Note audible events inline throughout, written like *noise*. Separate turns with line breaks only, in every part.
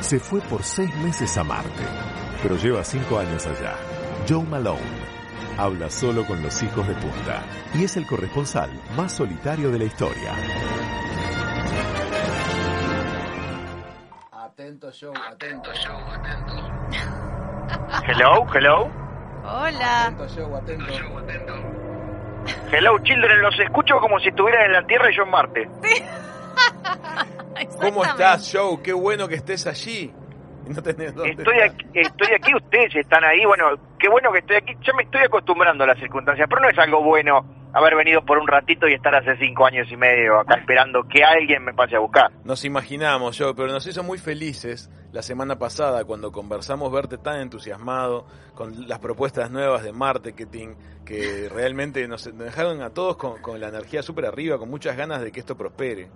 se fue por seis meses a Marte, pero lleva cinco años allá. Joe Malone habla solo con los hijos de punta y es el corresponsal más solitario de la historia.
Atento show, atento show, atento.
Hello, hello.
Hola.
Atento show, atento. Show, atento.
Hello, children. Los escucho como si estuvieran en la Tierra y yo en Marte.
¿Cómo estás, Joe? Qué bueno que estés allí. *laughs* No tenés dónde
Estoy
estar.
aquí, estoy aquí, ustedes están ahí. Bueno, qué bueno que estoy aquí. Ya me estoy acostumbrando a las circunstancias, pero no es algo bueno haber venido por un ratito y estar hace cinco años y medio acá esperando que alguien me pase a buscar.
Nos imaginamos, Joe, pero nos hizo muy felices la semana pasada cuando conversamos verte tan entusiasmado con las propuestas nuevas de marketing que realmente nos nos dejaron a todos con, con la energía súper arriba, con muchas ganas de que esto prospere.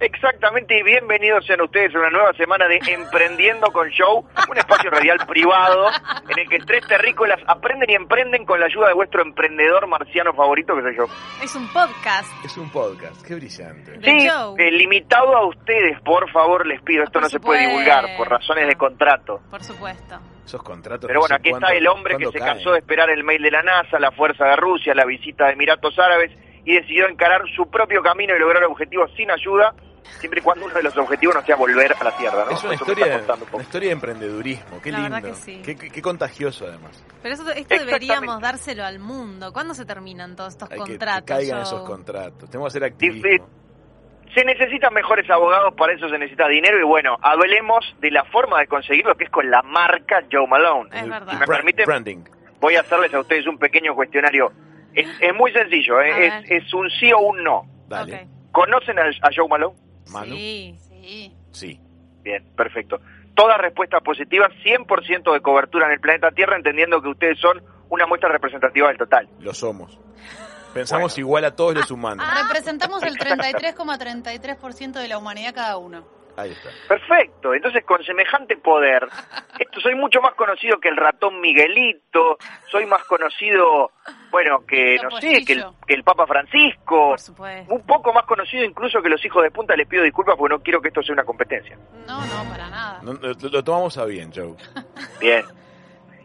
Exactamente, y bienvenidos sean ustedes a una nueva semana de Emprendiendo con Show, un espacio radial privado en el que tres terrícolas aprenden y emprenden con la ayuda de vuestro emprendedor marciano favorito, que soy yo.
Es un podcast
Es un podcast, qué brillante.
de
Sí,
Joe.
eh, limitado a ustedes, por favor, les pido. Esto
Por
no se puede
supuesto.
divulgar por razones de contrato.
Por supuesto.
Esos contratos.
Pero
no
bueno,
sé
aquí está
cuándo-
el hombre que
cuándo
se
caen.
cansó de esperar el mail de la NASA, la fuerza de Rusia, la visita de Emiratos Árabes y decidió encarar su propio camino y lograr objetivos sin ayuda, siempre y cuando uno de los objetivos no sea volver a la Tierra, ¿no?
Es una
Eso me
historia,
está costando un
una
poco.
historia de emprendedurismo, qué
La
lindo.
verdad que sí.
Qué- qué- qué contagioso, además.
Pero eso, esto deberíamos
Exactamente.
dárselo al mundo. ¿Cuándo se terminan todos estos
Hay que-
contratos?
Que caigan
Joe?
esos contratos. Tenemos que hacer
Dice-
activismo.
Se necesitan mejores abogados, para eso se necesita dinero y bueno, hablemos de la forma de conseguirlo que es con la marca Joe Malone.
Es verdad.
¿Me
Bra-
permiten?
Branding.
Voy a hacerles a ustedes un pequeño cuestionario. Es, es muy sencillo, ¿eh?
A
es,
ver.
es un sí o un no.
Dale.
Ok.
¿Conocen a, a Joe Malone?
Manu.
Sí.
Sí.
Sí.
Bien, perfecto. Todas respuestas positivas, 100% de cobertura en el planeta Tierra, entendiendo que ustedes son una muestra representativa del total.
Lo
*laughs*
somos. Pensamos igual a todos los humanos.
Ah.
Ah.
Representamos el 33,33% de la humanidad cada uno.
Ahí está.
Perfecto, entonces con semejante poder,
*laughs*
esto soy mucho más conocido que el ratón Miguelito, soy más conocido, bueno, que no sé, que el, que el Papa Francisco,
Por supuesto.
un poco más conocido incluso que los hijos de punta, les pido disculpas porque no quiero que esto sea una competencia.
No, no, para nada.
No- lo, lo tomamos a bien, Joe.
Bien.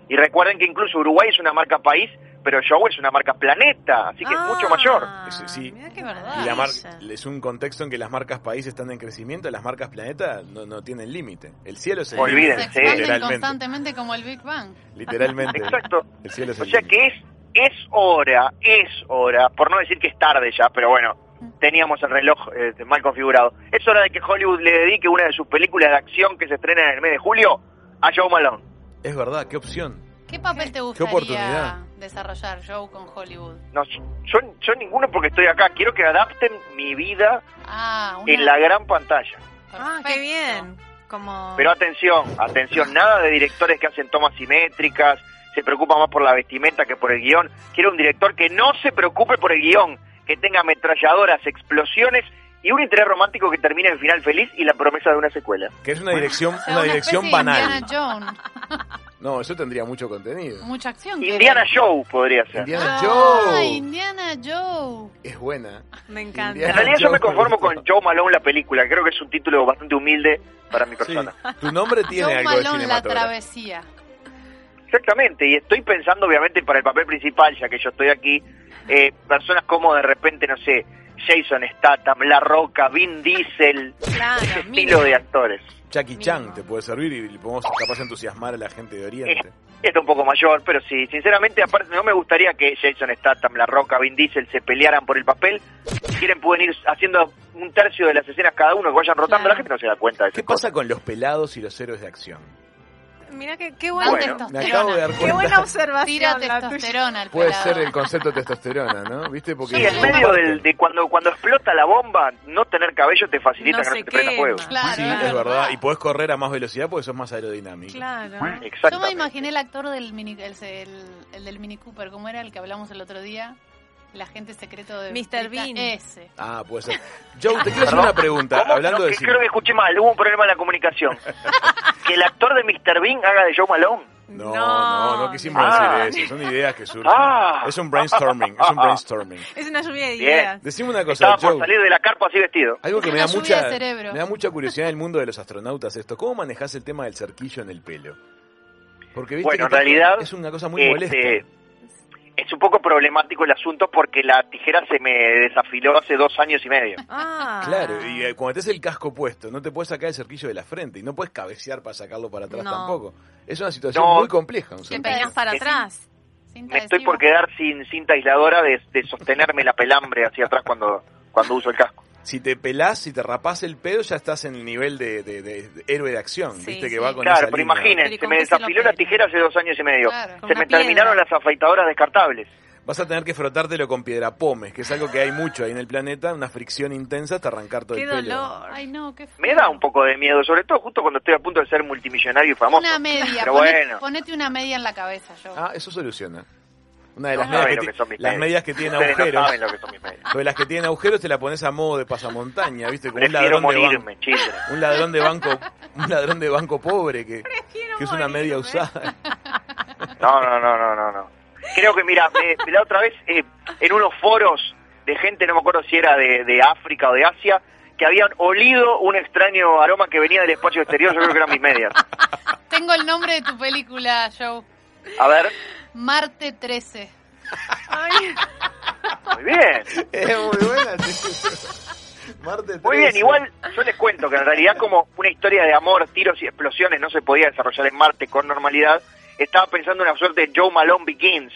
Y recuerden que incluso Uruguay es una marca país, pero Show es una marca planeta, así que es mucho mayor.
Ah,
Ese sí.
mirá qué
Y la
Y la mar-
maravilla.
es un contexto en que las marcas país están en crecimiento, las marcas planeta no, no tienen límite. El cielo es el límite.
Olvídense.
Se expanden
Literalmente.
constantemente como el Big Bang.
Literalmente.
Exacto.
El cielo es
O
el
sea
límite.
que es, es hora, es hora, por no decir que es tarde ya, pero bueno, teníamos el reloj eh, mal configurado. Es hora de que Hollywood le dedique una de sus películas de acción que se estrena en el mes de julio a Joe Malone.
Es verdad, qué opción.
¿Qué papel te
oportunidad.
gustaría desarrollar, Joe, con Hollywood?
No, yo, yo ninguno porque estoy acá. Quiero que adapten mi vida
Ah, una...
en la gran pantalla.
Ah, qué
Perfecto.
bien. Como...
Pero atención, atención, nada de directores que hacen tomas simétricas, se preocupa más por la vestimenta que por el guión. Quiero un director que no se preocupe por el guión, que tenga ametralladoras, explosiones y un interés romántico que termine en final feliz y la promesa de una secuela.
Que es una dirección,
O sea,
una dirección
especie de
banal.
Indiana
No, eso tendría mucho contenido.
Jones. Mucha acción. que
Indiana
ver.
Joe podría ser.
Indiana
Ah,
Joe.
Indiana Joe.
Es buena.
Me encanta.
En
Indiana
realidad yo
Joe
me conformo
me
con
gustó.
Joe Malone la película, creo que es un título bastante humilde para mi
Sí.
persona.
*laughs* Tu nombre tiene
Joe
algo de
Malone, la
cinematógrafo.
travesía.
Exactamente, y estoy pensando obviamente para el papel principal, ya que yo estoy aquí, eh, personas como de repente, no sé, Jason Statham, La Roca, Vin Diesel,
*laughs*
Claro,
ese estilo
mínimo.
de actores.
Jackie
Mínimo.
Chan te puede servir y le podemos capaz entusiasmar a la gente de Oriente.
Está un poco mayor, pero sí, sinceramente, aparte no me gustaría que Jason Statham, La Roca, Vin Diesel se pelearan por el papel. Si quieren pueden ir haciendo un tercio de las escenas cada uno, que vayan rotando,
Claro.
la gente no se da cuenta de
¿Qué
esas
pasa con los pelados y los héroes de acción?
Mirá que, qué,
Dan
buen-
Bueno,
Me acabo de dar
qué buena
testosterona.
cuenta.
Tira
observación la tuya.
testosterona al
Puede
pelado.
ser el concepto de testosterona, ¿no? ¿Viste? Porque
cosas. Sí, en medio del- de cuando, cuando explota la bomba, no tener cabello te facilita
No
que no
se
se te prenda
quema.
fuego.
Claro,
Sí,
claro.
es verdad. Y podés correr a más velocidad porque sos más aerodinámico.
Claro.
Yo
Exactamente.
me imaginé el actor del Mini, el, el- el del Mini Cooper, ¿cómo era el que hablamos el otro día? El agente secreto de...
Mr. Bean.
Ese.
Ah, puede ser. Joe, te quiero hacer una pregunta.
¿Cómo?
Hablando
Creo
de
que-
cine. *laughs*
Creo que escuché mal, hubo un problema en la comunicación. que el actor de Mr. Bean haga de Joe Malone.
No, no, no quisimos
Ah.
decir eso. Son ideas que surgen.
Ah.
Es un brainstorming,
*laughs*
es un brainstorming.
Es una lluvia de
Bien. *laughs*
ideas.
Decime una cosa,
Estaba por
Joe.
salir de la carpa así vestido.
Algo que me da
Una lluvia
mucha
de cerebro.
me da mucha curiosidad en el mundo de los astronautas esto. ¿Cómo manejás el tema del cerquillo en el pelo? Porque viste
Bueno,
que
en realidad,
es una cosa muy molesta.
Este, es un poco problemático el asunto porque la tijera se me desafiló hace dos años y medio.
Ah.
Claro, y eh, cuando tenés el casco puesto, no te puedes sacar el cerquillo de la frente y no puedes cabecear para sacarlo para atrás
No.
tampoco. Es una situación
No.
muy compleja. un
Te
cerquillo.
peinas para
Sí.
atrás.
Cinta
Me estoy
adhesiva.
por quedar sin cinta aisladora de, de sostenerme la pelambre hacia atrás cuando, cuando uso el casco.
Si te pelás, si te rapás el pedo, ya estás en el nivel de, de- de- de héroe de acción,
Sí,
viste que
sí.
va con
Claro,
esa
pero
línea.
imaginen,
Pero ¿y
se
con
me
qué se lo
desafiló la
pega?
tijera hace dos años y medio.
Claro, con
Se
una
me
piedra.
terminaron las afeitadoras descartables.
Vas a tener que frotártelo con piedra pomes, que es algo que hay mucho ahí en el planeta, una fricción intensa hasta arrancar todo
Qué
el pelo.
dolor. *laughs*
Ay, no, qué feo.
Me da un poco de miedo, sobre todo justo cuando estoy a punto de ser multimillonario y famoso.
Una media.
Pero
poné-
bueno.
Ponete una media en la cabeza, yo.
Ah, eso soluciona. Una de las,
No
medias,
saben
que
lo
ti-
que son mis
las
medias.
medias que tienen
Ustedes no
agujeros.
saben lo que son mis medias.
pero las que tienen agujeros te la pones a modo de pasamontaña, viste, como un
Prefiero
ladrón de banco.
morirme, children.
Un ladrón de banco, un ladrón de banco pobre que, que es una media
morirme.
usada.
No, no, no, no, no, no. Creo que, mira, me- la otra vez eh, en unos foros de gente, no me acuerdo si era de, de África o de Asia, que habían olido un extraño aroma que venía del espacio exterior, yo creo que eran mis medias.
Tengo el nombre de tu película, Joe.
A ver,
Marte 13.
*laughs*
*laughs* Ay,
muy bien,
*laughs* Es muy buena.
*laughs*
Marte
muy bien. Igual yo les cuento que en realidad como una historia de amor, tiros y explosiones no se podía desarrollar en Marte con normalidad, estaba pensando en una suerte de Joe Malone Begins,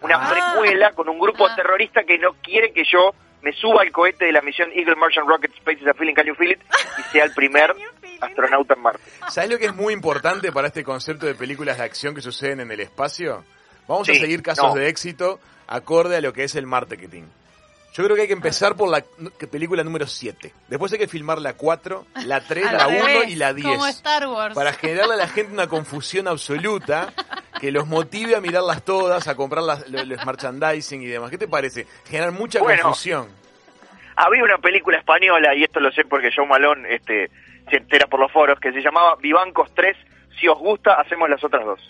una
Ah.
precuela con un grupo
Ah.
terrorista que no quiere que yo me suba al cohete de la misión Eagle Merchant Rocket Space Safely Can You Feel It y sea el primer astronauta en Marte.
¿Sabes lo que es muy importante para este concepto de películas de acción que suceden en el espacio? Vamos a
Sí,
seguir casos
no.
de éxito acorde a lo que es el marketing. Yo creo que hay que empezar por la n- que película número 7. Después hay que filmar la 4, la 3,
Al
la 1
revés,
y la 10.
Como Star Wars.
Para generarle a la gente una confusión absoluta que los motive a mirarlas todas, a comprar las, lo- los, merchandising y demás. ¿Qué te parece? Generar mucha
Bueno.
confusión.
Había una película española, y esto lo sé porque Joe Malone este, se entera por los foros, que se llamaba Vivancos 3. Si os gusta, hacemos las otras dos.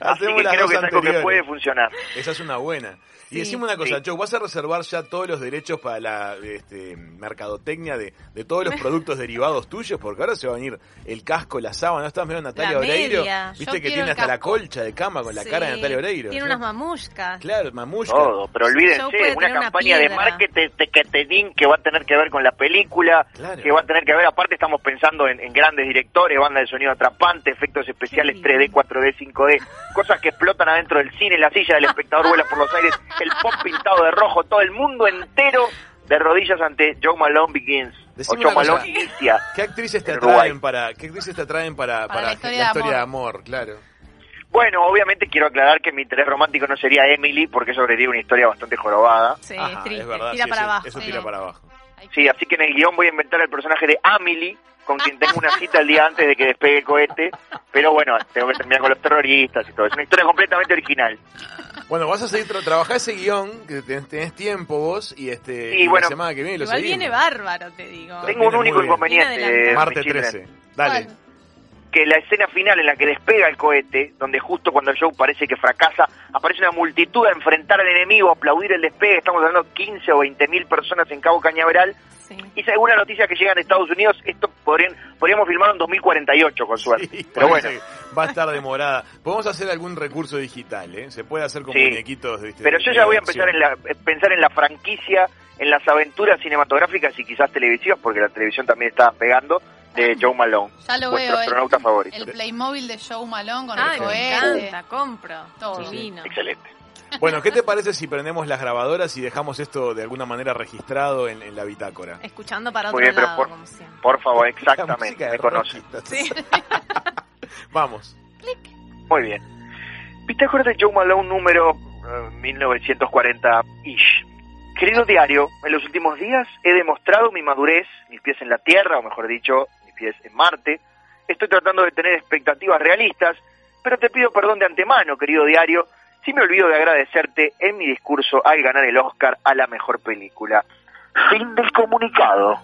Así
Hacemos
que
las
creo
dos
que es algo que
anteriores.
puede funcionar.
Esa es una buena. Y
Sí.
decime una cosa,
Sí.
Joe, ¿vas a reservar ya todos los derechos para la este, mercadotecnia de, de todos los productos derivados tuyos? Porque ahora se va a venir el casco, la sábana, ¿no estás mirando a Natalia
La
Oreiro?
media.
Viste
Yo
que
quiero
tiene
el
hasta la
casco.
colcha de cama con la
sí.
cara de Natalia Oreiro.
Tiene
¿no?
unas mamuscas.
Claro, mamushka.
Todo, pero
Joe
olvídense,
puede
una
tener una
campaña de
piedra.
marketing de Catenin que va a tener que ver con la película,
Claro.
que va a tener que ver, aparte estamos pensando en, en grandes directores, banda de sonido atrapante, efectos especiales
lindo.
3D, 4D, 5D, cosas que explotan adentro del cine,
*laughs*
la silla del espectador vuela por los aires, el pop pintado de rojo, todo el mundo entero de rodillas ante Joe Malone Begins,
Decime
o Joe
una cosa.
Malone Inicia.
¿Qué actrices te
En Uruguay.
atraen para, qué actrices te atraen para,
Para la historia de
de amor? Claro.
Bueno, obviamente quiero aclarar que mi interés romántico no sería Emily, porque eso sería una historia bastante jorobada.
Sí,
Ajá,
es triste.
es verdad,
Tira
sí,
para
eso-
abajo.
Eso
Sí.
tira para abajo.
Ay,
Sí, así que en el guión voy a inventar el personaje de Amelie, con quien tengo una cita el día antes de que despegue el cohete. Pero bueno, tengo que terminar con los terroristas y todo. Es una historia completamente original.
Bueno, vas a seguir tra trabajar ese guión, que tenés, tenés tiempo vos, y este
Sí,
y
bueno.
la semana que viene lo
Igual
seguimos.
viene bárbaro, te digo.
Tengo-
Tengo un
viene muy
único
bien.
inconveniente.
Viene
Marte
Michirne,
13. Dale. *laughs*
¿cuál?
Que la escena final en la que despega el cohete, donde justo cuando el show parece que fracasa, aparece una multitud a enfrentar al enemigo, a aplaudir el despegue. Estamos hablando de 15 o 20 mil personas en Cabo Cañaveral.
Sí.
Y según las noticias que llegan de Estados Unidos, esto podrían, podríamos filmar en 2048, con suerte.
Sí,
Pero
parece
bueno.
que Va a estar demorada. Podemos hacer algún recurso digital, ¿eh? Se puede hacer con
Sí.
muñequitos. ¿viste?
Pero yo
de
ya voy a
acción.
empezar en la, eh, pensar en la franquicia, en las aventuras cinematográficas y quizás televisivas, porque la televisión también está pegando,
*laughs*
de Joe Malone,
Ya lo
vuestro
veo, el-
astronauta favorito.
El Playmobil de Joe Malone con
Ay,
el
me
cohete.
encanta, compro.
Todo.
Divino.
Excelente.
Bueno, ¿qué te parece si prendemos las grabadoras y dejamos esto de alguna manera registrado en, en la bitácora?
Escuchando para
Muy
otro
bien, pero
lado,
por-
como siempre.
Por favor,
La música
exactamente,
de
me conocen.
Rocky.
Sí.
*laughs* Vamos.
Muy bien. Bitácora de Joe Malone número eh, 1940-ish. Querido diario, en los últimos días he demostrado mi madurez, mis pies en la Tierra, o mejor dicho, mis pies en Marte. Estoy tratando de tener expectativas realistas, pero te pido perdón de antemano, querido diario, si me olvido de agradecerte en mi discurso al ganar el Oscar a la mejor película. Fin del comunicado.